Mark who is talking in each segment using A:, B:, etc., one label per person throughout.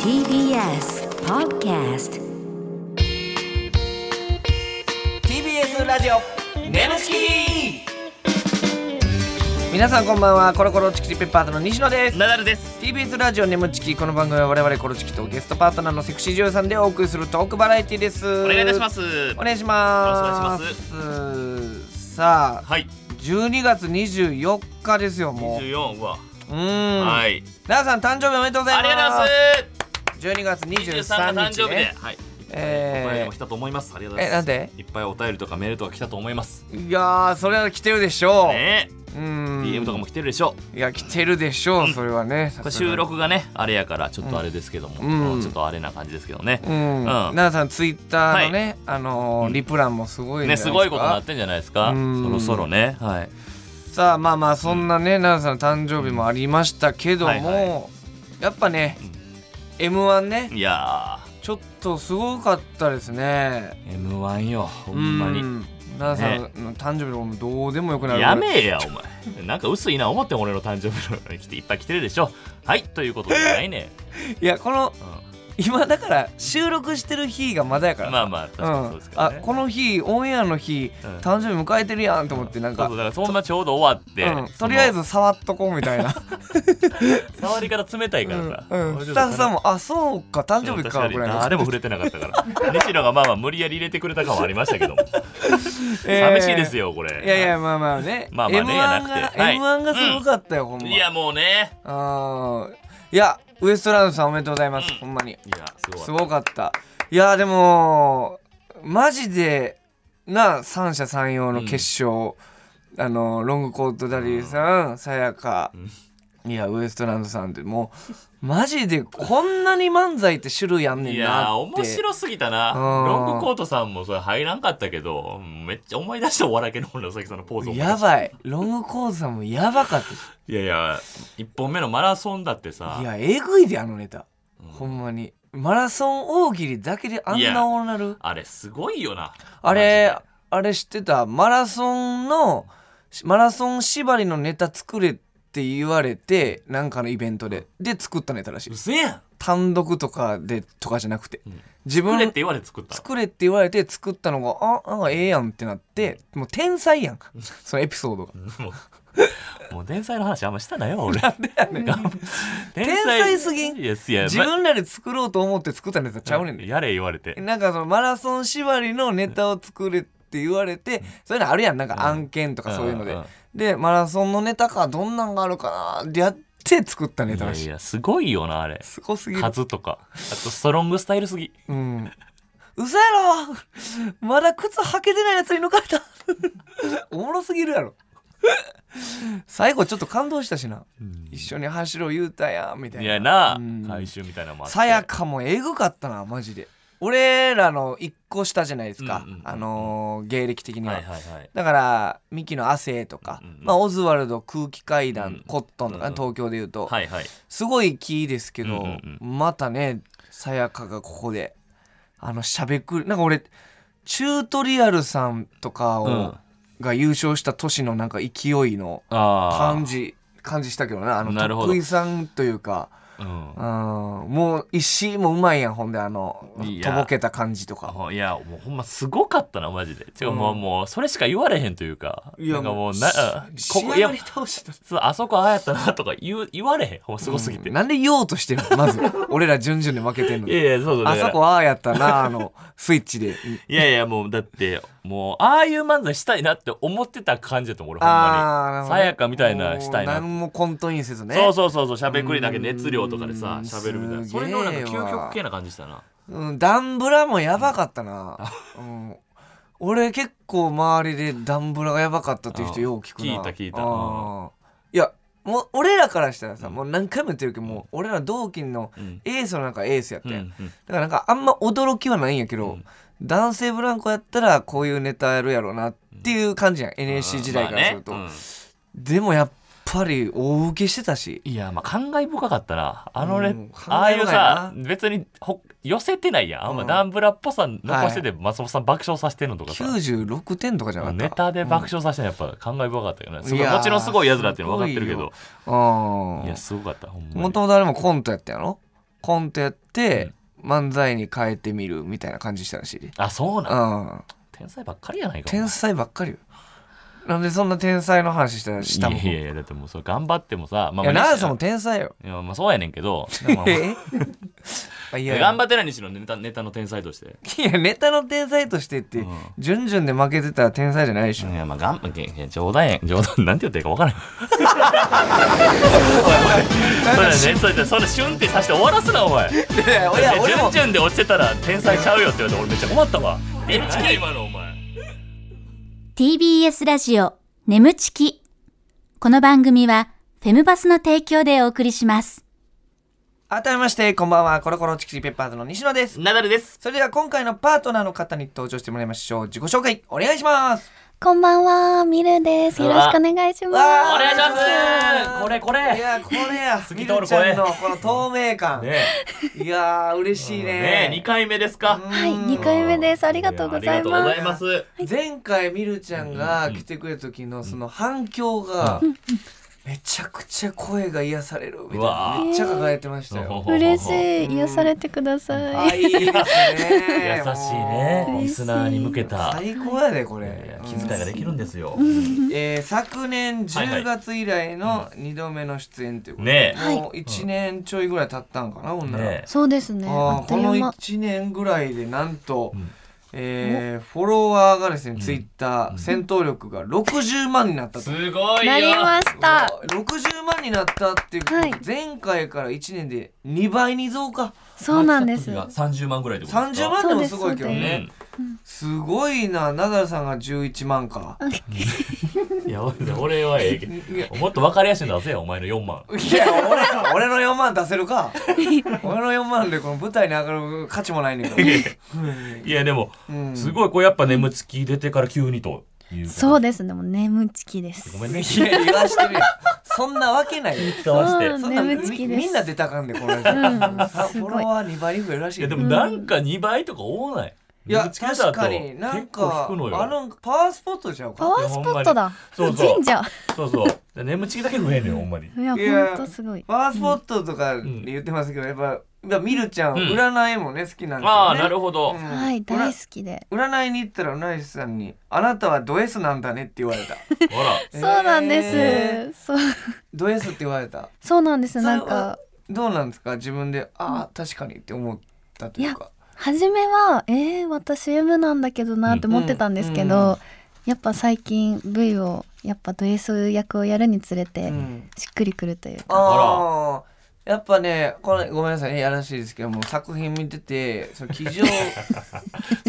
A: TBS Podcast
B: TBS ラジオネムチキ皆さんこんばんはコロコロチキチキペッパーズの西野です
C: ナダルです。
B: TBS ラジオネムチキこの番組は我々コロチキとゲストパートナーのセクシー女優さんでお送りするトークバラエティです
C: お願いいたしますす。
B: お願いしま
C: よろし
B: すさあ
C: はい。
B: 12月24日ですよも
C: 十四は、
B: ううん
C: は
B: 奈
C: い。
B: 々さん誕生日おめでとうござ
C: あ
B: いま
C: り
B: す
C: がとうございます。
B: 12月
C: 二十三
B: 23
C: が誕
B: 日
C: 生日で、
B: ね
C: はい。お便り
B: え
C: も来たと思います。ありがとうござ
B: え
C: い
B: な
C: ま
B: ん
C: す。
B: で
C: いっぱいお便りとかメールとか来たと思います。
B: いやーそれは来てるでしょう、
C: ね
B: う
C: え、
B: ん
C: DM とかも来てるでしょう。
B: いや来てるでしょうそれはね
C: こ
B: さ
C: れ
B: すがに
C: 収録がね、あれやからちょっとあれですけども、
B: うん
C: うんちょっとあれな感じですけどね。
B: うん
C: ん
B: 奈々さんツイッターのねあのーリプランもすごいんじゃなで
C: ね、
B: すか
C: ごいことになってんじゃないですか。
B: うん
C: そろそろね、はい。
B: さあまあまあそんなね奈々さんの誕生日もありましたけど
C: はいは
B: もやっぱね m 1ね
C: いや
B: ちょっとすごかったですね
C: ー、M1 よ、ほんま
B: う
C: に。
B: ん奈々さんの誕生日もどうでもよくなる
C: やめえや、お前。なんか薄いな、思っても俺の誕生日なのに来ていっぱい来てるでしょ。はい、ということじゃないね。
B: いやこの
C: うん
B: 今だから収録してる日がまだやから
C: まあまあ確かにそううんですけど
B: あ
C: ね、
B: この日オンエアの日
C: うん
B: 誕生日迎えてるやんと思ってなん
C: そう
B: か
C: そうだからそんなちょうど終わって、
B: うん、
C: そ
B: と
C: の
B: りあえず触っとこうみたいな、
C: 触り方冷たいからさ、
B: うんうんスタッフさん
C: も
B: も「あそうか誕生日か」ぐらいの
C: 誰も触れてなかったから 西野がまあまあ無理やり入れてくれた感はありました けども、寂しいです
B: よ
C: よこれ
B: いやいやまあまあね
C: まあまあね
B: M1
C: や
B: が
C: なくてはい
B: M1 がすごかったよ、ほんま
C: いやもうね
B: あーいやウエストランドさんおめでとうございます、ほんまに
C: いやすごい
B: すごかったいやでもマジでな三者三様の決勝、あのロングコートダディさんさやかいやウエストランドさんってもうマジでこんなに漫才って種類あんね
C: い
B: んな
C: や
B: って
C: 面白すぎたな
B: うん
C: ロングコートさんもそれ入らんかったけどめっちゃ思い出したお笑い系の村崎さんのポーズ思い出した
B: やばいロングコートさんもやばかったし
C: いやいや一本目のマラソンだってさ
B: いやえぐいであのネタ、
C: うん
B: ほんまにマラソン大喜利だけであん
C: い
B: な
C: や
B: オーナル
C: あれすごいよな
B: あ
C: マ
B: れ
C: ジで
B: あれ知ってたマラソンのマラソン縛りのネタ作れって言われてなんかのイベントでで作ったネタらしいう
C: せやん
B: 単独とかでとかじゃなくて
C: うん
B: 自
C: 作れっ
B: 分
C: て言われて作ったの
B: 作れって言われて作ったのがあなんかええやんってなってもう天才やんそのエピソードが
C: もうもう天才の話あんましたないわ俺 天
B: 天才すぎん
C: いやいや
B: 自
C: ま
B: 分らで作ろうと思って作ったネタちゃうねんで
C: やれ言われて
B: なんかそのマラソン縛りのネタを作れって言われて、そういうのあるやんなんか案件とかそういうので、
C: うんうん
B: でマラソンのネタかどんなんがあるかなってやって作ったネ
C: い
B: タ
C: や
B: らしい
C: いやすごいよなあれ
B: すごすぎる
C: 数とかあとストロングスタイルすぎ
B: うん嘘やろまだ靴履けてないやつに抜かれた おもろすぎるやろ最後ちょっと感動したしな、一緒に走ろう言うたやんみたい
C: い
B: な
C: やな
B: うん
C: 回収みたいなのもあって
B: さやかもえぐかったなマジで俺らの一個下じゃないですか、
C: うんうんうん
B: あのー芸歴的には、
C: はいはいはい
B: だからミキの汗とか、
C: うんうんうん
B: まあ、オズワルド空気階段、
C: うん
B: コットンとかね、
C: うんうん
B: 東京でいうと、
C: はいはい
B: すごいキーですけど、
C: うんうん
B: またねさやかがここであのしゃべくりなんか俺チュートリアルさんとかを、
C: うん
B: が優勝した年のなんか勢いの
C: あ
B: 感じ感じしたけどねあの
C: なるほど
B: 徳井さんというか
C: あうん
B: うんもう石井もうまいやんほんであの
C: い
B: と
C: や
B: ぼけた感じとか
C: あいやもうほんますごかったなマジでてかもうもうそれしか言われへんというかなんかもうな
B: し
C: ここい
B: 仕上
C: や
B: がり倒してた
C: そうあそこああやったなとか言う 言われへんほんますごすぎて
B: なんで言おうとしてるのまず 俺ら順々で負けてんの
C: いやいやそうそう
B: あ
C: だか
B: そ
C: ら
B: こああやったなあのスイッチ で
C: いやいやもうだってもうああいう漫才したいなって思ってた感じだと思う俺ほんま
B: ああ
C: さやかみたいなしたいな
B: 何も混沌にせず
C: に、
B: ね
C: そうそうそうそうしゃべくりだけ熱量とかでさ
B: うん
C: しゃべるみたいな
B: すげ
C: そ
B: えわ
C: れのなんか究極系な感じしたな
B: うん、ダンブラもやばかった な、うん、俺結構周りでダンブラがやばかったっていう人よう聞くな
C: 聞いた聞いた
B: あーいやもう俺らからしたらさ、
C: うん
B: もう何回も言ってるけどもう俺ら同期の
C: うん、
B: エースのなんかエースやった
C: うんう
B: やん、
C: ん
B: だからなんかあんま驚きはないんやけど、
C: うん
B: 男性ブランコやったらこういうネタやるやろうなっていう感じやん、NSC 時代からすると、
C: まあね
B: でもやっぱり大受けしてたし
C: いやまあ感慨深かったなあのね、
B: うん
C: ああいうさ
B: 感慨深い
C: 別にほ寄せてないやんあんま
B: うん
C: ダンブラっぽさ残してて松本さん爆笑させてんのとかさ、
B: 96点とかじゃなかった
C: ネタで爆笑させてんのやっぱ感慨深かったよね、すごい
B: いやー
C: もちろんすごいやつらっていうの分かってるけど
B: うん
C: いやすごかったほんまに
B: もともとあれもコントやったやろコントやって、漫才に変えてみるみたいな感じしたらしいで
C: あそうなん
B: うん
C: 天才ばっかりやないか
B: 天才ばっかりよなんでそんな天才の話したらした
C: お
B: も
C: 前
B: ん
C: いやいやいやだってもうそれ頑張ってもさま
B: いや
C: ま
B: 長さんも天才よ
C: いやまあそうやねんけどでも
B: えあ いやいや
C: 頑張ってないにしろネタネタの天才として
B: いやネタの天才としてって、
C: うん
B: 順々で負けてたら天才じゃないでしょ、
C: いやまあ頑張っていや冗談や冗談なんて言っていいか分からん そうやねそうやねそれシュンってさして終わらすなお前
B: いやいや俺も
C: 順々で落ちてたら天才ちゃうよって言われて俺めっちゃ困ったわえっち今のお前
D: TBS ラジオ眠ちきこの番組はフェムバスの提供でお送りします
B: 改めましてこんばんはコロコロチキチキペッパーズの西野です
C: ナダルです
B: それでは今回のパートナーの方に登場してもらいましょう自己紹介お願いします
E: こんばんは、ミルです。
C: う
E: よ
C: わ
E: ろしくお願いしま
C: お
B: わ
E: す。
C: 願いしますこれこれ
B: いやこれ や
C: 透
B: み
C: き通
B: る
C: る
B: ちゃんの
C: こ
B: この透明感、
C: ね
B: いやー嬉しいね
C: ね二回目ですか
E: はい、2回目です。ありがとうござい
C: やありがとうご
E: ま
C: ざいます
B: 前回みるちゃんが来てくれた時のその反響がめちゃくちゃ声が癒されるみ
C: う
B: た
C: わ
B: いな
C: ー
B: めっちゃ輝いてましたよ
E: す。嬉し
B: うん
E: い。癒されてください。
B: あいいですね
C: 優しいね
B: もう
C: リスナーに向けた
B: 最高やでこ
C: い
B: れ
C: やいや気遣いができるんですよ
B: えー昨年
C: はいはい
B: 10月以来の2度目の出演ということ
C: ね
B: で、
E: え
B: もう1年ちょいぐらい経ったんかな、ほんなら、
C: ね
E: そうですね。あ
B: あー
E: っと
B: こ
E: いう
B: の
E: 間。
B: 1年ぐらいでなんと、
C: うん
B: えーフォロワーがですね、ツイッタ
C: う
B: ー
C: ん
B: 戦闘力が60万になったと。
C: すごいよ
E: なりました。
B: 60万になったっていう、
E: はい
B: 前回から1年で2倍に増加
E: そうなんです。
C: 三十万ぐらいってことです
B: 30
C: か
B: 万でもすごいけど
E: そう
B: ねすごいなナダルさんが11万か
C: いや、俺はええけ
B: いや
C: ど。もっと分かりやすいの出せよ、お前の4万。
B: いや俺俺の4万出せるか俺の4万でこの舞台に上がる価値もないねんから、
C: いや、でも、
B: うん
C: すごい、これやっぱ眠つき出てから急にという。
E: そう
C: う。
E: ですね。もう眠ちきです
C: ご。めんね、
B: いや言わしてるやんそんなわけないよ
C: 使わせ
E: う
C: て。
E: ん
B: そんなみ
E: 眠つきです
B: みんな出たかんでこれ、
E: ん
B: さ
E: す
B: フ
E: ご
B: ォ
E: い
B: ロワー2倍に増えるらしい
C: い
B: よ
C: や、でもなんか2倍とか多ない。
B: いや
C: 眠つき出
B: 確
C: た後
B: かになん
C: 結構
B: か
C: 引くの
B: あ
C: よ。
B: のパワースポットちゃう
E: パ
B: か
E: ワースポットだ。
C: そうそう
E: 神社。
C: そうそう。眠つきだけ増えんのよ、ほんまに。
E: いや、
B: いや
E: ほんとすごい。
B: パワースポットとかで言ってますけどやっぱやっぱみるちゃん、
C: うん
B: 占いもね好きなんですよ、ね、
C: ああ、なるほど
B: う。ん
E: はい、
B: 占
E: 大好きで。
B: 占いに行ったら占い師さんに「あなたはド S なんだね」って言われた
C: ほら。
E: そうなん
B: え
E: です。そう、
B: ド S って言われた
E: そうなんです。
B: それは
E: なんか。
B: どうなんですか自分で「ああ確かに」って思ったというか
E: 初めはえー、私 M なんだけどなって思ってたんですけど、
B: うんうん
E: やっぱ最近 V をやっぱド S 役をやるにつれて
B: うん
E: しっくりくるというか、
B: ああやっぱねこれごめんなさいねやらしいですけども作品見ててその記事を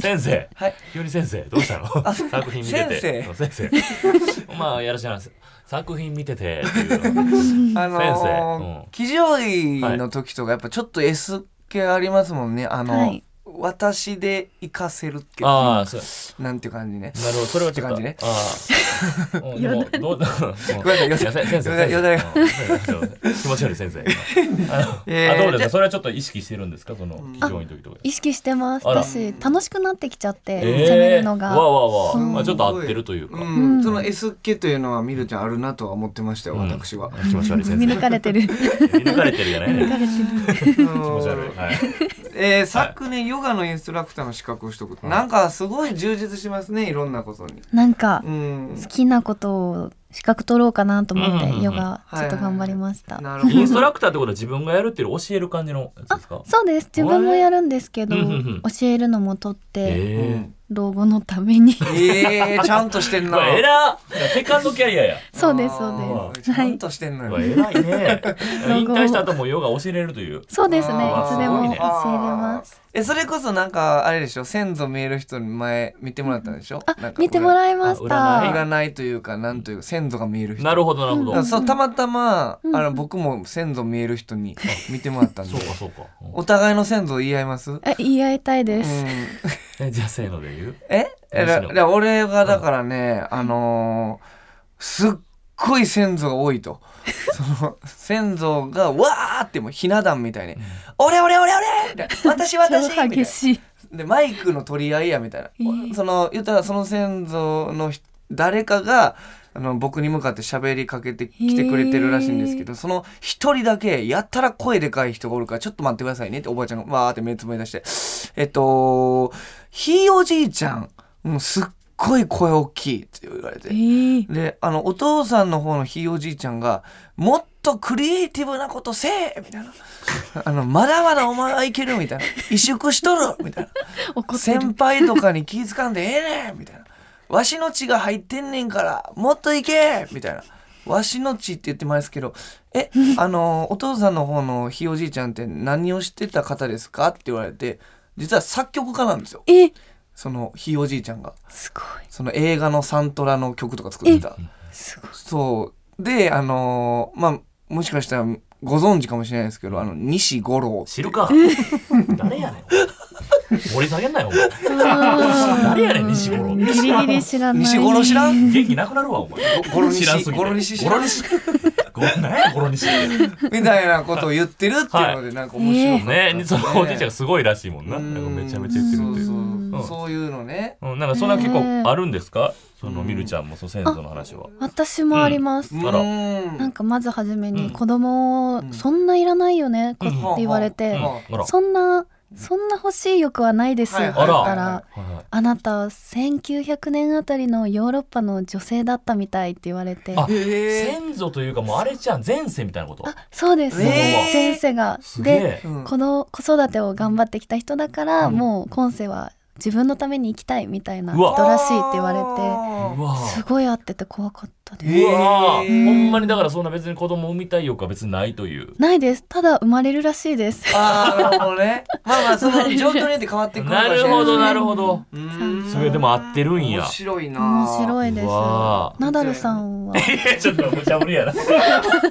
C: 先生。
B: はい
C: 急に先生、どうしたの作品見てて。先生。 まあ、やらしい話。作品見ててっていうの。
B: あの
C: 先
B: ー
C: 生うん
B: 記事用意の時とかやっぱちょっと S 系ありますもんねあの、
E: はい
B: 私で行かせるっていう
C: ああ、そう。
B: なんていう感じね
C: なるほど、それはちょっと。
B: って感じね
C: ああ。 うんでも、どうだ。ご
B: ごめんなさい
C: 先生、先
B: よだ
C: 生。
B: よだよ
C: うん気持ち悪い先 生。あ
B: え
C: の
B: ー
C: あ、どうですか、それはちょっと意識してるんですか、その、非常に時とか。
E: 意識してます
C: あら
E: 私楽しくなってきちゃって、
C: え
E: 攻め
C: え
E: るのが、
C: わあわあわあ、
E: うん
C: まあ、ちょっと合ってるというか。
B: うん、その S 系というのはみるちゃんあるなとは思ってましたよ、
C: うん
B: 私は。
C: 気持ち悪い先生。
E: 見
C: 見
E: 抜かれてる
C: 抜かれてるじゃないね。
B: 気
C: 気持ち悪い。はい。
B: えー昨年ヨガのインストラクターの資格を取得、なんかすごい充実しますねいろんなことに。
E: なんか
B: うん
E: 好きなことを資格取ろうかなと思って、
C: うんうんうん
E: ヨガちょっと頑張りました、
B: なるほ
C: インスト
B: ど。
C: ラクターってことは、自分がやるっていうより教える感じのやつですか。
E: そうです自分もやるんですけど、
C: うんうんうん
E: 教えるのも取って、
B: う
C: え
B: ん
E: 老後のために
B: えー、ちゃんとしてん
C: え。
B: な
C: こ。 れ、えら。セカンドキャリアや。
E: そうですそう
B: あ
E: で
B: ーち
E: す
B: ゃ
E: は
B: ん
E: い
B: としてんの
C: う
B: よ。
C: わえらい ね。
E: ロゴ
C: 引退した後もヨガ教えれるという。
E: そうですねい
B: あー
E: つですも
C: ごい
E: 教え
C: ね
E: れます
B: えそれこそなんかあれでしょ先祖見える人に前見てもらったんでしょ。な
E: あ
B: ん、か
E: 見てもらいまし
C: あ占い
E: た。
B: 占いというかなんというか先祖が見える人。
C: なるほど、なるほ
B: だ
C: ど。
B: からそ
C: そ
B: うたまたま、あの僕も先祖見える人 に見てもらったんで
C: うか、そうか。うん
B: お互いの先祖言い合います、うん、
E: え、言い合いたいです。
C: えじゃあ、せーので言う。
B: え
C: むしろ
B: だだ俺がだからね、あのーすっごい先祖が多い とその先祖がわーってもうひな壇みたいに「俺俺俺俺!」みたいな「私私!」みたいな
F: 激しい。
B: でマイクの取り合いやみたいな、
F: ええ
B: その言ったらその先祖のひ誰かがあの僕に向かって喋りかけてきてくれてるらしいんですけど、その一人だけやったら声でかい人がおるからちょっと待ってくださいねっておばあちゃんがわーって目つぶり出してえっとひいおじいちゃん、うん、すっごい声大きいって言われて、
F: ええ
B: であのお父さんの方のひいおじいちゃんがもっとクリエイティブなことせえみたいなあのまだまだお前はいけるみたいな萎縮しとるみたいな
F: 怒ってる。
B: 先輩とかに気づかんでええねんみたいな。わしの血が入ってんねんから、もっといけみたいな。わしの血って言ってますけど、え、あの、お父さんの方のひいおじいちゃんって何をしてた方ですかって言われて、実は作曲家なんですよ。
F: え、
B: そのひいおじいちゃんが。
F: すごい。
B: その映画のサントラの曲とか作ってた。
F: すごい。
B: そう。で、あのーまあ、もしかしたらご存知かもしれないですけど、あの、西五郎。
C: 知るか。誰やねん。掘り下げんなよ、お前。 誰やねん、西五郎。
E: ギリギリ知らない。
B: 西五郎知らん
C: 元気なくなるわ、お前。
B: ゴロ西
C: 知らんすぎて。
B: ゴロ西知
C: ゴ
B: らん
C: ロ西。ごめんや、ゴロ 西って。
B: みたいなことを言ってるっていうので、なんか面白かったです
C: ね、そのおじいちゃんがすごいらしいもんな。
B: う
C: なん
B: ん
C: かめちゃめちゃ言ってるっていう。
B: そううんそうそういうのね
C: うん、なんかそんな結構あるんですか、そのみるちゃんもその先祖の話は。
E: 私もあります。
C: あら
B: うん
E: なんかまずはじめ
C: うん
E: に子供を
B: ん
E: そんないらないよね、こ
C: うん
E: って言われ
C: う
E: て
C: ん、あら。
E: そんなそんな欲しい欲はないです
B: はい
E: よ。だ
C: はいはい
E: から
C: はいはい
E: あなた1900年あたりのヨーロッパの女性だったみたいって言われて
C: あ
E: あ
B: へえ
C: 先祖というかもうあれじゃん前世みたいなこと
E: そうです、
B: えー
E: 前世が
C: すげ
E: で
C: え
E: この子育てを頑張ってきた人だから、
C: うん
E: もう今世は自分のために生きたいみたいな
C: うわ
E: 人らしいって言わ
C: う
E: れ
B: れ
C: わ
E: てすごい合ってて怖かったです、
B: え
C: うわ
B: えー
C: ほんまにだからそんな別に子供産みたい欲は別にないという
E: ないですただ生まれるらしいです
B: ああなるほどねまあまあその状況によって変わってくるかも
C: な
B: しれない
C: るほどなるほ ど
B: うん
C: それでも合ってるんや
B: 面白いな
E: 面白いです
C: うわ
E: ナダルさんは
C: えちょっと無茶ぶりやな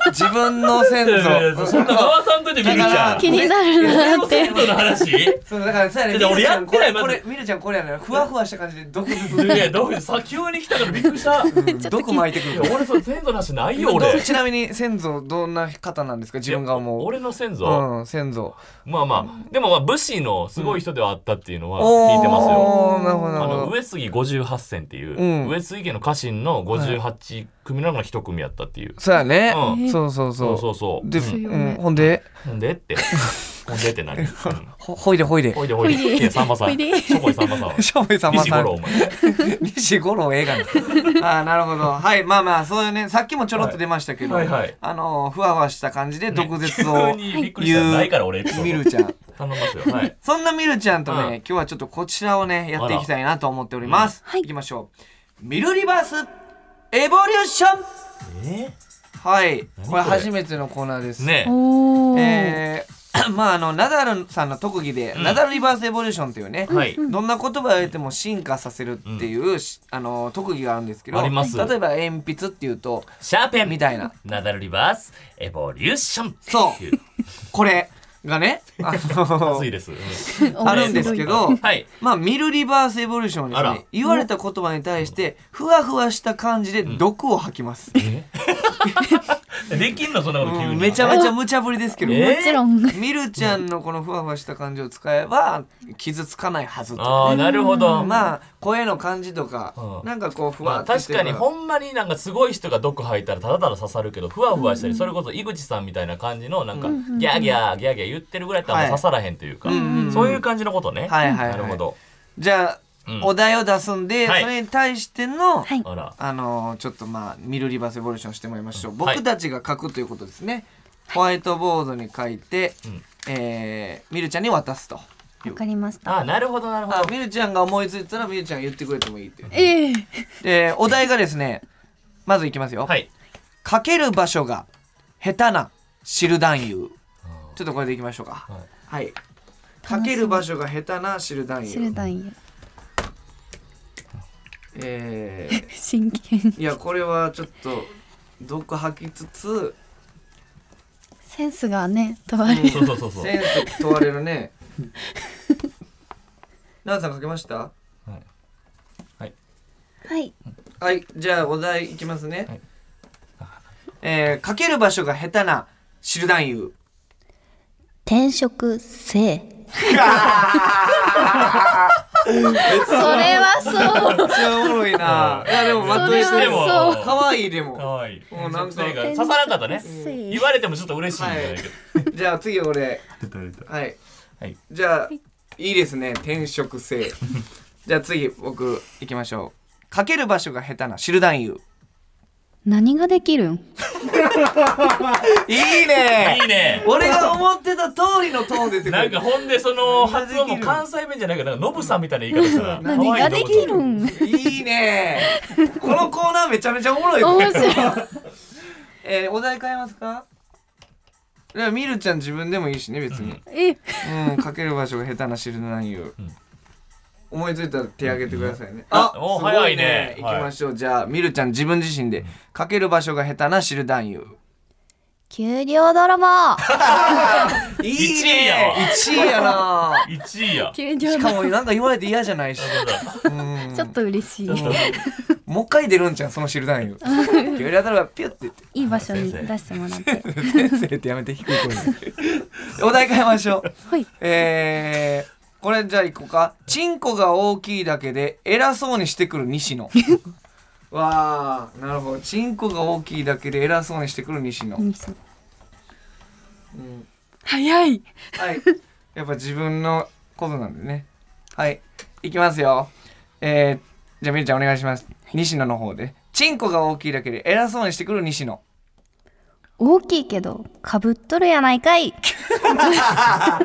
B: 自分の先
C: いやい や
B: 祖
C: そんな回さんといてみるちゃん
E: 気になるなーって
C: 先祖の話
B: そうだからさやね
C: いや俺やって
B: こ
C: ない
B: れ
C: ま
B: こ
C: ず
B: れみるちゃんこれやねふわふわした感じで毒
C: すげえどういうさ急に来たからびっくりした い
B: 毒巻いてくる
C: や俺その先祖の話ないよ
B: ど
C: 俺
B: うちなみに先祖どんな方なんですか自分が思う
C: 俺の先祖、
B: うん先祖
C: まあまあでもまあ武士のすごい人ではあったっていうのは聞いてますよ、
B: おーなるほどな
C: あ
B: る
C: の
B: ほど
C: 上杉58選っていう、
B: うん
C: 上杉家の家臣の58組の中の一組やったっていう、
B: そうやね
C: うん
B: そうそうそ
C: そううそうそう
B: で、
C: うん
B: うん、ほんで、
C: ほんでってほんでって何、うん
B: ほほいでほいで。
C: おいでおいでいやさんまさん
F: おいで
C: しょぼいさんまさんは
B: しょぼいさんま
C: 西
B: さ
C: 五
B: ん
C: 郎。お前
B: 西五郎映画の。ああ、なるほど。はい、まあまあ、そういうね、さっきもちょろっと出ましたけど、
C: はいはいはい
B: あのー、ふわふわした感じで毒舌
C: 急
B: を
C: にびっくりしたないから俺エピソ
B: 見る
C: ー
B: ちゃん。
C: ド頼みますよはい
B: そんなみるちゃんとね、
C: うん
B: 今日はちょっとこちらをね、やっていきたいなと思っております。
D: はい
B: 行きましょう。ミルリバースエボリューション
C: え
B: はい、
C: 何
B: こ
C: こ
B: れ
C: れ
B: 初めてのコーナーです。
C: ー、ねえ
F: おお。
B: えー まああのナダルさんの特技で、
C: ん
B: ナダルリバースエボリューションというね、
C: はい
B: どんな言葉を言っても進化させるっていう、しあの特技があるんですけど
C: あります
B: 例えば鉛筆っていうと
C: シャーペン
B: みたいな
C: ナダルリバースエボリューション
B: そう
C: っていう
B: これがねあの
C: 熱いです、うん
B: あるんですけど、
C: はい
B: まあミルリバースエボリューションは
C: あ
B: です
C: ら
B: ね言われた言葉に対してふわふわした感じで毒を吐きます、
C: できんのそんなこと急
B: う
C: に、
B: んめちゃめちゃ無茶ぶりですけど、
C: え
E: もちろん
B: みるちゃんのこのふわふわした感じを使えば傷つかないはずと
C: ああなるほど、
B: まあ声の感じとか、
C: うん
B: なんかこうふ
C: ま
B: わ
C: あ、
B: っと
C: 確
B: して
C: か
B: る
C: に
B: ら
C: ほんまになんかすごい人が毒吐いたらただただ刺さるけどふわふわしたりそれこそ井口さんみたいな感じのなんかギャーギャーギャーギャー言ってるぐらいだった
B: は
C: ら
B: い
C: 刺さらへんというか
B: うんうんうん
C: そういう感じのことね。
B: はいはいはい
C: なるほど。
B: じゃあ、
C: うん
B: お題を出すんで、
C: はい
B: それに対しての、
D: はい
C: あら
B: あのーちょっとまあミルリバースエボリューションしてもらいましょう、
C: はい
B: 僕たちが書くということですね、ホワイトボードに書いて、
C: ん
B: えー、みるちゃんに渡すと
E: わかりました
C: あなるほどなるほ
B: あ
C: ど。
B: みるちゃんが思いついたらみるちゃんが言ってくれてもいいっていう
E: ええ
B: でお題がですねまずいきますよ、
C: はい。
B: かける場所が下手な汁男優ちょっとこれでいきましょうか
C: はい
B: はい、かける場所が下手な汁男
E: シル
B: 優
E: ダンや
B: え
E: 真剣
B: ー、いやこれはちょっと毒吐きつつ
E: センスがね問われる
C: そうそうそう そう。
B: センス問われるね奈々さんかけました
E: はい
B: はいじゃあお題いきますね、
C: はい
B: えーかける場所が下手な汁男優。
E: 転職せ
B: そ
E: それはそう
B: めっちゃおもろいな。いやでもまとえ
E: そ
B: て
E: れ
B: も
E: は
C: そう
B: 可愛いでも。
C: 可愛い
B: もうなんか
C: 先生が刺さらなかったね
E: うん
C: 言われてもちょっと嬉しいんじゃないけど
B: じゃあ次俺。はい。
C: はい
B: じゃあいいですね転職性。じゃあ次僕行きましょう。かける場所が下手な汁男優。
E: 何ができるん
B: いいね。
C: いいね
B: 俺が思ってた通りのトーン出てくる。
C: なんかほんでその発音も関西弁じゃないけどなんかノブさんみたいな言い方したら
E: 何ができるん面
B: いいね。このコーナーめちゃめちゃおもろい。
E: 白い
B: えー、お題変えますかいやみるちゃん自分でもいいしね別に
E: え
B: うんかける場所が下手な汁の男優、
C: ん
B: 思いついたら手挙げてくださいね、
C: あ
B: あ
C: お
B: すご
C: 早
B: い
C: い
B: ねい
C: ね
B: きましょう、じゃあみるちゃん自分自身でかける場所が下手な汁男優
E: 給料泥棒
B: い
C: いね
B: 1位やな
C: 1位や
E: 給
B: しかもなんか言われて嫌じゃないし
E: ちょっと嬉しい
B: もう一回出るんじゃんその汁男優より当たればピュッて
E: いい場所に出してもらって
B: 先生ってやめて低い 声でお題変えましょう
E: はい
B: えー、これじゃあ行こうか。チンコが大きいだけで偉そうにしてくる西 野。わあ、なるほど。チンコが大きいだけで偉そうにしてくる西野。
E: 西野
B: うん
E: 早い
B: はい。やっぱ自分のことなんでね。はい。行きますよ。えー、じゃあみるちゃんお願いします。西野の方で。チンコが大きいだけで偉そうにしてくる西野。
E: 大きいけどかぶっとるやないかい
B: あ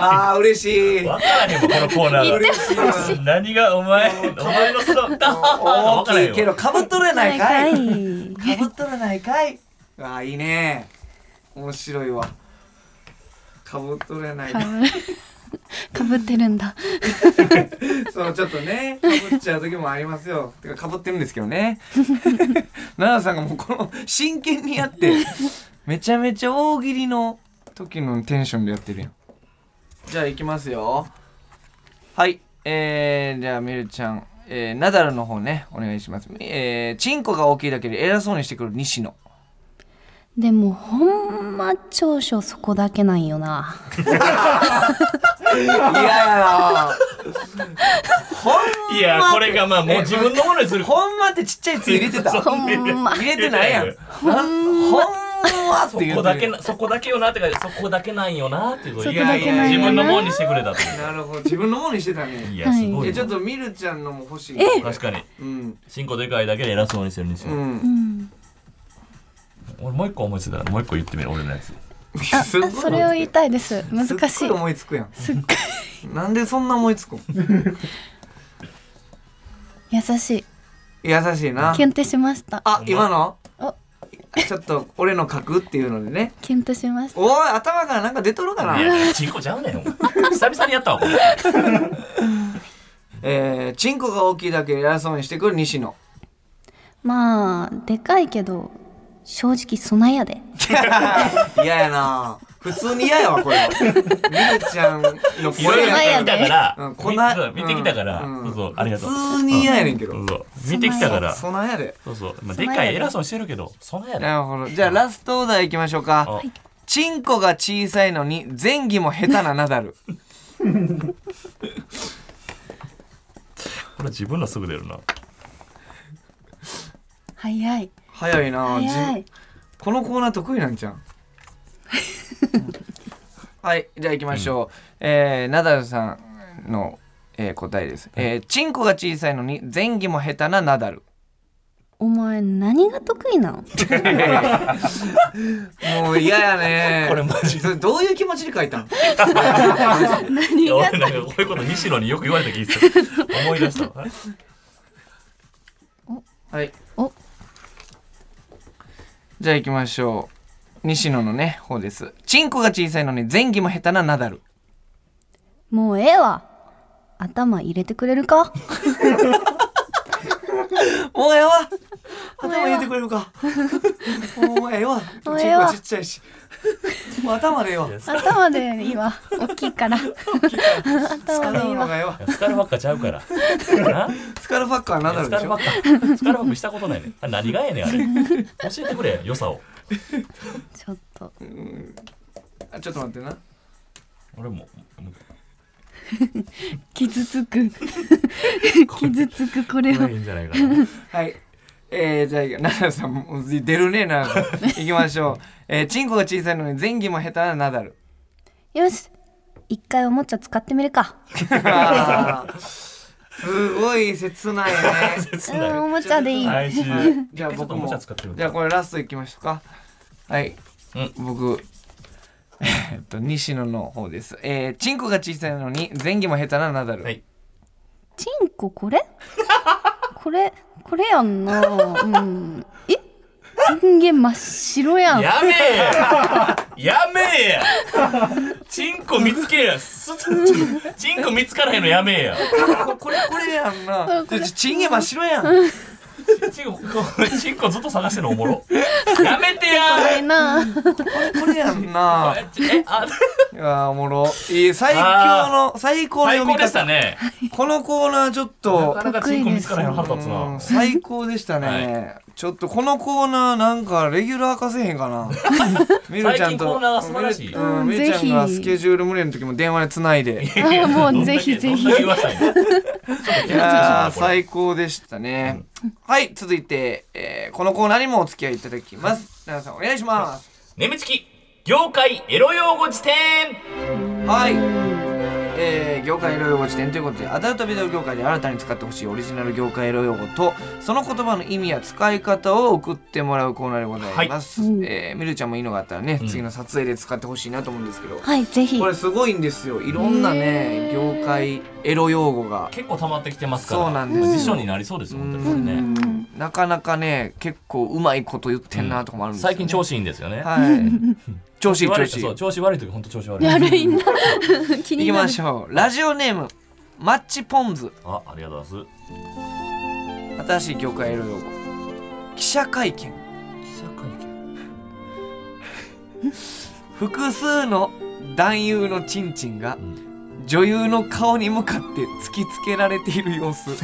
B: あ、嬉しい。
C: わからへんもんこのコーナー
B: 嬉しいわ。
C: が何がお前お前のそのダハハ
B: 大
C: わからへ
B: き
C: ん
B: いけ
C: よ
B: どかぶっとるやないかい。
E: い
B: かぶっとらないかいああいいね面白いわかぶっとらない
E: かぶかぶってるんだ
B: そうちょっとねかぶっちゃう時もありますよてかかぶってるんですけどね 奈良さんがもうこの真剣にやってめちゃめちゃ大喜利の時のテンションでやってるやんじゃあ行きますよはいえー、じゃあみるちゃんえー、ナダルの方ねお願いしますえー、チンコが大きいだけで偉そうにしてくる西野
E: でもほんま長所そこだけなん よな
B: 嫌やなほん ま
C: いやこれがまあもう自分のものにする
B: ほんまってちっちゃいつ入れてた
C: そう
E: ほんま
B: 入れてないやん
C: 入れて
B: ほんまって
C: そ
B: 言
C: こ
B: う
C: だけなそこだけよなってかそこだけなんよなっていうこと
E: そ
B: だけ
E: こ
B: なんよない
C: やいや自分のもんにしてくれたってい
B: なるほど自分のものにしてた
C: うい
B: ね
C: やすごい
B: え
C: わ
B: ちょっとみるちゃんのも欲しい
C: 確かに
B: うん
C: 進行でかいだけで偉そうにしてるんです
B: う
C: よ
B: ん
C: 俺もう一個思いついたからもう一個言ってみる俺のやつ
B: すごい
E: それを言いたいです難
B: すっ
E: し
B: ご
E: い
B: い思いつくやんなんでそんな思いつくん
E: 優しい
B: 優しいな
E: キュンってしました
B: あ今の
E: お
B: ちょっと俺の書くっていうのでね
E: キュンとしました
B: おい頭からなんか出とるかない
C: や進行ちゃうねんお前久々にやった わこれ
B: えー、チンコが大きいだけ偉そうにしてくる西野
E: まあでかいけど正直そないやで
B: 嫌やな普通に嫌やわこれはみるちゃんの
C: いろ
B: 声
C: いろ見て
B: や
C: きたか
B: う
C: ら
B: んこな
C: 見てきたから
B: うん
C: そうそうありがとう
B: 普通に嫌やねんけど
C: そうそう見てきたから
B: そなんやで
C: そうそうまあ
E: そん
C: で
E: な
C: か
E: や
C: い
E: で
C: 偉そうにしてるけどそんなやで
B: なるほどじゃあラストオーダーいきましょうか
C: はい
B: チンコが小さいのに前儀も下手なナダル
C: これ自分のすぐ出るな
E: 早い
B: 早いな
E: 早
B: じ
E: い
B: このコーナー得意なんじゃんはいじゃあいきましょう、えーナダルさんの、えー答えです、えーチンコが小さいのに前儀も下手なナダル
E: お前何が得意なん
B: もう嫌やね
C: これマジ
B: それどういう気持ちで書いたん
C: いや俺なんかこういうこと西野によく言われた気がする思い出したわ
B: はい
E: お
B: じゃあ行きましょう西野のね方ですチンコが小さいのに前儀も下手なナダル
E: もうええわ 頭入れてくれるか
B: もうやわ頭入れてくれるか。お前よ。
E: お前は
B: ちっちゃいし。もう頭でよ。
E: 頭でいいわ大きいから 頭
B: 頭
E: でい
B: の
E: い
B: 方
E: わ
B: がええわ。
C: スカルファッカちゃうから。な
B: スカルファッカーなんだろ
C: ス
B: うで
C: カ
B: し
C: ルファ
B: ょ。
C: ッカ。スカルファッカしたことないね。あれ何がええねんあれ。教えてくれ良さを。
E: ちょっと
B: あちょっと待ってな。
C: 俺ももう
E: 傷 つく傷つくこれ
C: こ
E: は
C: れいいんじゃないかな。
B: はい。えー、じゃあ、奈良さん、もう出るねえな。行きましょう。えー、チンコが小さいのに前儀も下手なナダル。
E: よし一回おもちゃ使ってみるか
B: あーすごい切ないね。
C: 切
E: う
C: ない
E: んおもちゃでいい
C: 哀愁
B: はいじゃあ
C: ちょっと
B: 僕
C: おも
B: も
C: ちゃ使ってる。
B: じゃあこれラストいきましょうかはい、
C: う
B: 僕 えっと西野の方ですえー、チンコが小さいのに前儀も下手なナダル、
C: はい。
E: チンコこ れこれこれやんなうんえ人間真っ白やん
C: やめえややめえやチンコ見つけやすチンコ見つからへんのやめえや
B: ここれこれやん
E: そ
B: な
E: うこれ
B: ちチンゲ真っ白やんこ
C: チンコチンコずっと探してんのおもろやめてや
E: えな
B: れこれやん な
C: えちえあ
B: いやーおもろいい最強の最高の
C: 最
B: 読み
C: 高でし
B: 方
C: たね
B: このコーナーちょっ
C: な
B: と
C: かなかチンコ見つからへんの腹立つ
B: う
C: なん
B: 最高でしたね、ちょっとこのコーナーなんかレギュラー化せへんか なみるちゃんと
C: 最近コーナーが素晴らしい
B: うんみ
E: うん
B: るちゃんが
E: ぜ
B: ス
E: ひ
B: ケジュール無理の時も電話でつないで
E: あ もうぜひぜ
C: どん
E: ひ
C: だけ言わしたいの
B: いやー
C: これ
B: 最高でしたね、はい続いて、えーこのコーナーにもお付き合いいただきます皆さんお願いします
C: 眠ちき業界エロ用語辞典
B: はいえー業界エロ用語辞典ということでアダルトビデオ業界で新たに使ってほしいオリジナル業界エロ用語とその言葉の意味や使い方を送ってもらうコーナーでございます、
E: はい
B: えーみるちゃんもいいのがあったらね、
C: うん
B: 次の撮影で使ってほしいなと思うんですけど、
E: はいぜひ
B: これすごいんですよいろんなね
E: へー
B: 業界エロ用語が
C: 結構溜まってきてますから
B: そうなんですよ
C: 辞書になりそうですよ本当にこれ
E: う
C: ね
E: ん
B: なかなかね結構うまいこと言ってんなとかもあるんですよ、ね
C: 最近調子いいんですよね
B: はい 調子いい調子いい
C: そう調子悪い時本当調子悪い
E: 悪いな
B: 行
E: 気に
B: き
E: な
B: ま
E: る
B: しょうラジオネームマッチポンズ
C: あありがとうございます
B: 新しい業界エロ用語記者会見
C: 記者会見
B: 複数の男優のチンチンが
C: うん
B: 女優の顔に向かって突きつけられている様 子う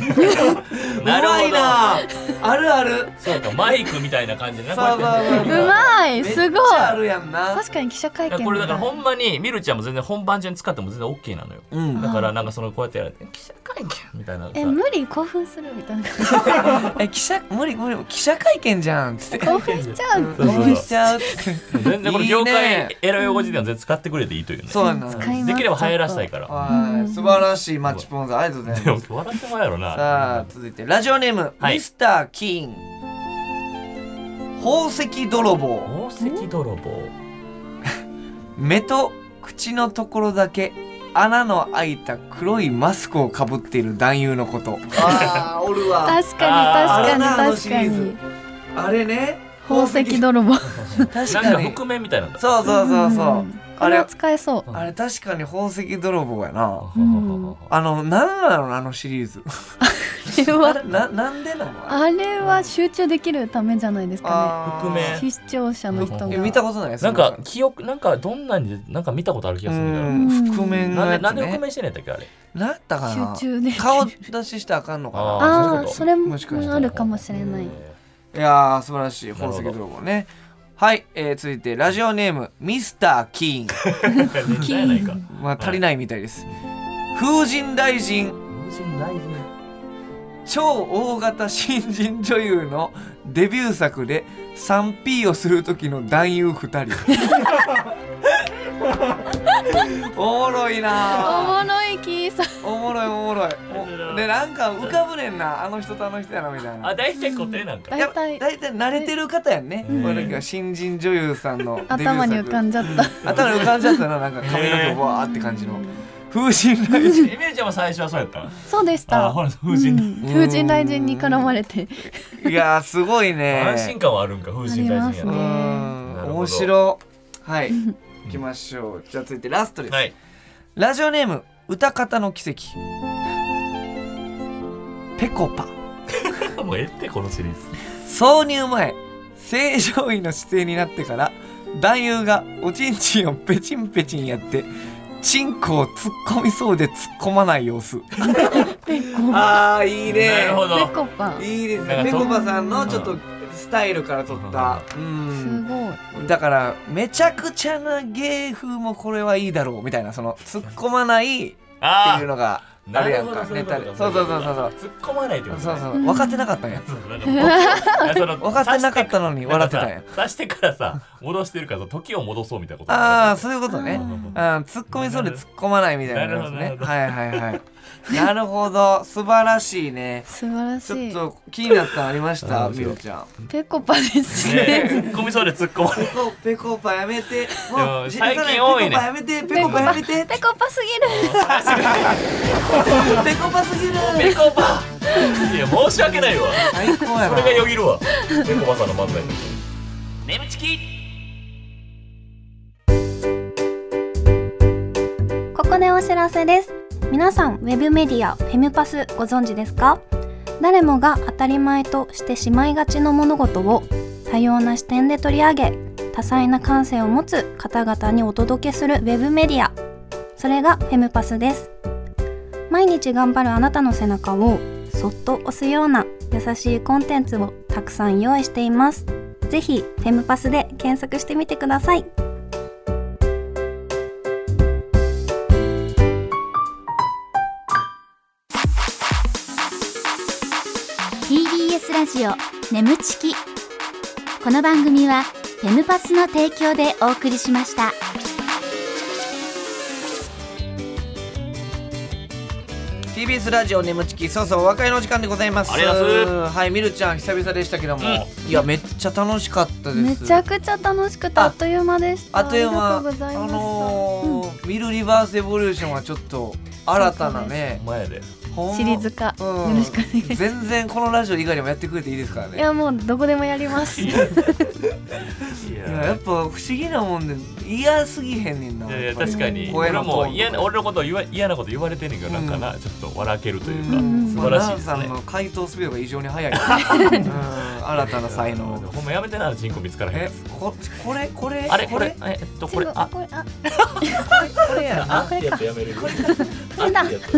C: なるほ
B: ま
C: ど
B: いなあるある
C: そうかマイクみたいな感じでなこ
B: そ
C: う
B: うそう
C: やって
B: そう
E: うまい
B: めっ
E: す
B: ち
E: ごい
B: ゃあるやんな
E: 確かに記者会
C: いや
E: 見
C: これだからほんまにみるちゃんも全然本番中に使っても全然 OK なのよ
B: うん
C: だからなんかそのこうやってやられて記者会見みたいなさ
E: え無理興奮するみたいな
B: え記者無理無理記者会見じゃんっつって
E: 興奮しちゃう
C: そうそう
B: 応援しちゃうっつって
C: 全然これ
B: いい
C: 業
B: ね
C: 界エロ用語辞典は全然使ってくれていいというね
B: そうなんです
E: 使いま
C: で
E: す
C: きれば流行らせたいから
B: はい素晴らしいマッチポンズありがとうござい
C: で
B: ま
C: も
B: す
C: 笑ってもらうやろ
B: さあ
C: な
B: 続いてラジオネーム、
C: はい
B: ミスター・キーン宝石泥棒
C: 宝石泥棒
B: 目と口のところだけ穴の開いた黒いマスクをかぶっている男優のことああおるわ
E: 確かに確
B: あー
E: かに確
B: あ
E: か
B: れなあのシリー
E: に
B: ズあれね
E: 宝石泥棒
B: 確
C: なん
B: か
C: か
B: に
C: 覆面みたいなの
B: そうそうそうそう、
E: ん
B: あ
E: こ
B: れ
E: れは使 えそう
B: あれ確かに宝石泥棒やな
E: うん
B: あのなんなのあのシリーズ
E: あれ
B: あ
E: は
B: れななんでなのあれ
E: あれは集中できるためじゃないですか
B: あー
C: 覆面
E: ね視聴者の人が
B: え見たことないです
C: なんか記憶なんかどんなになんか見たことある気
B: う
C: がするんだよ
B: ん覆面の
C: なん
B: や
C: でな
B: つ
C: んで覆
B: ね
C: 面してんのやったっけあれ
B: なんやったかな
E: 集中できる
B: 顔出ししたらあかんのか
C: あ
B: な
E: あ
C: ー
E: あそれも
B: もしかしたら
E: あるかもしれない
B: いやー素晴らしい
C: なる
B: 宝
C: ほど
B: 石泥棒ねはい、えー、続いてラジオネームミスター・キーン
C: キーないか
B: まあ足りないみたいです風神大臣
C: 無人大事
B: 超大型新人女優のデビュー作で 3P をする時の男優2人 おもろい
E: お
B: なー
E: もろいキーさん
B: おもろいおもろいもうでなんか浮かぶねんなあの人とあの人やなみたいな
C: あ大体固定なんか
E: 大体
B: 大体慣れてる方やんねこ
C: うん
B: の時は新人女優さんのデビュー作
E: 頭に浮かんじゃった
B: 頭に浮かんじゃったななんか髪の毛わーって感じの風神雷神
C: エミルちゃんも最初はそうやった
E: そうでした
C: あほら風神
E: うん風神雷神に絡まれて
B: いやーすごいね
C: 安心感はあるんか風神大事
B: う
C: や
E: ありますね
B: ん
C: なるほど
B: 面白はい行きましょうじゃあ続いてラストです、
C: はい
B: ラジオネーム歌方の奇跡ペコパ
C: もうええってこのシリーズ
B: 挿入前正常位の姿勢になってから男優がおちんちんをペチンペチンやってチンコを突っ込みそうで突っ込まない様子
E: ペコパ
B: あーいい
C: なるほ
E: ペ
C: ど
E: コパ
B: いいです
C: な
B: ね
C: ん
B: ぺ
C: かと
B: こぱさんのちょっとスタイルから取ったう
E: す
B: ん
E: ごい
B: だからめちゃくちゃな芸風もこれはいいだろうみたいなその突っ込まないって
C: あ
B: いうのが
C: あ
B: あ
C: な
B: るや
C: る
B: ん
C: ほ
B: か
C: ど
B: ネタで
C: そ
B: そうう
C: そ
B: そうう
C: そ
B: そうう
C: そ
B: そうう
C: 突っ込まないってことね
B: そうそう分かってなかったんや
C: そうなんか僕いやその
B: 分かってなかったのに笑ってたんや
C: なんかさ刺してからさ戻してるからさ時を戻そうみたいなこと
B: ああ
C: う
B: そういうことね
C: ん
B: あー突っ込みそうで突っ込まないみたいなこと
C: なる
B: ね
C: ほど
B: はいはいはいなるほど素晴らしいね
E: 素晴ら
B: ちょ
E: し
B: っ
E: い
B: と気になったのありました
C: 面
B: み
C: 白い
B: ろちゃん
E: ペコパです
C: ねえ
E: ね
C: 突っ込みそうで突っ込まな
B: ペ
C: い
B: コペコパやめてもう
C: 最近多いね
B: ペコパやめてペコパやめて
E: ペコパすぎる
B: ペコパすぎる
C: ペコパいや申し訳ないわ
B: 最高や
C: そ
B: な
C: れがよぎるわペコパさんの漫才眠ちき
F: ここでお知らせです皆さんウェブメディアフェムパスご存知ですか誰もが当たり前としてしまいがちの物事を多様な視点で取り上げ多彩な感性を持つ方々にお届けするウェブメディアそれがフェムパスです毎日頑張るあなたの背中をそっと押すような優しいコンテンツをたくさん用意していますぜひフェムパスで検索してみてください
D: TBS ラジオ眠ちきこの番組はフェムパスの提供でお送りしました。
B: TBS ラジオ眠ちきそうそうお別れの時間でございます
C: ありがとうござい
B: はいみるちゃん久々でしたけども、
C: う
B: いやめっちゃ楽しかったです
E: めちゃくちゃ楽しくてあっという間でした
B: あっという間
E: ありがとうござい
B: あ
E: ました、
B: のーミルリバースエボリューションはちょっと新たなね
C: 前で
B: ほんま
E: シリーズ化、
B: うん
E: よろしくお願いします
B: 全然このラジオ以外でもやってくれていいですからね
E: いやもうどこでもやります
C: いやい
B: いややっぱ不思議なもんで嫌すぎへんねんない
C: やいや
B: っぱり
C: 確かに
B: 声
C: 俺
B: のトーンと
C: も
B: か
C: 嫌な俺のこと言わ嫌なこと言われてんねんけどなんかなちょっと笑けるというか
E: うん
C: 素晴らしいです
B: まあナナさん
C: ね
B: の回答スピードが異常に 速い、うん、新たな才能
C: ほんまやめてな人口見つからへんや
B: え
C: つ
B: ここれこれ
C: あれこれ
B: こ
C: ええっとこれあ
E: これあ
B: れこれやな
C: あってやつやめるこれだめっちゃ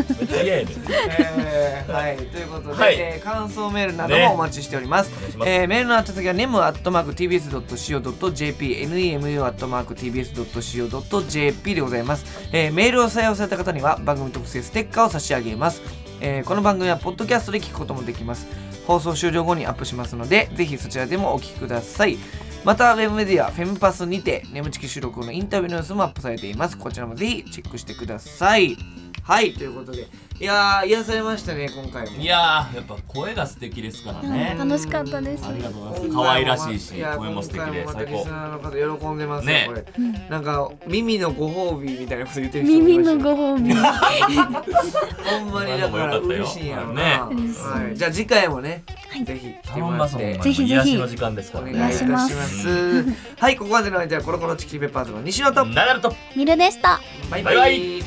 C: 嫌やねん
B: えーはい、ということで、
C: はい
B: えー感想メールなど
C: ね
B: もお待ちしております。
C: 願いします
B: えーメールの宛先は nemu.tbs.co.jp、nemu.tbs.co.jp でございます、えーメールを採用された方には番組特製ステッカーを差し上げます。えーこの番組はポッドキャストで聞くこともできます。放送終了後にアップしますので、ぜひそちらでもお聞きください。また、ウェブメディア、フェムパスにて、眠ちき収録後のインタビューの様子もアップされています。こちらもぜひチェックしてください。はい、ということで、いやー、癒されましたね、今回も。
C: いやーやっぱ声が素敵ですからね
E: 楽しかったです
C: ありがとうございます可愛らしいし
B: や
C: 声も素敵で
B: 今回もまた
C: 最
B: リ
C: 高
B: スナーの方喜んでますね
C: ね
B: これ、なんか耳のご褒美みたいなこと言ってる人もい
E: 耳
B: ました
E: のご褒美は
B: ほんまにだから嬉しいんやろうな、
C: ね
B: はい、じゃあ次回もね、ぜひ来て
C: 頼
B: も
C: ん
B: ら
C: ま
B: っ
C: すもん
B: て
C: ね
E: ぜひぜひ
C: 癒しの時間ですか
B: お
C: ら
B: 願いいたし
E: お願いし
C: ね
B: ま
E: ます
B: すはいここまでの間はコロコロチキチキペッパーズの西野と
C: ナダルと
D: ミルでした。
B: バイ
C: バイバイ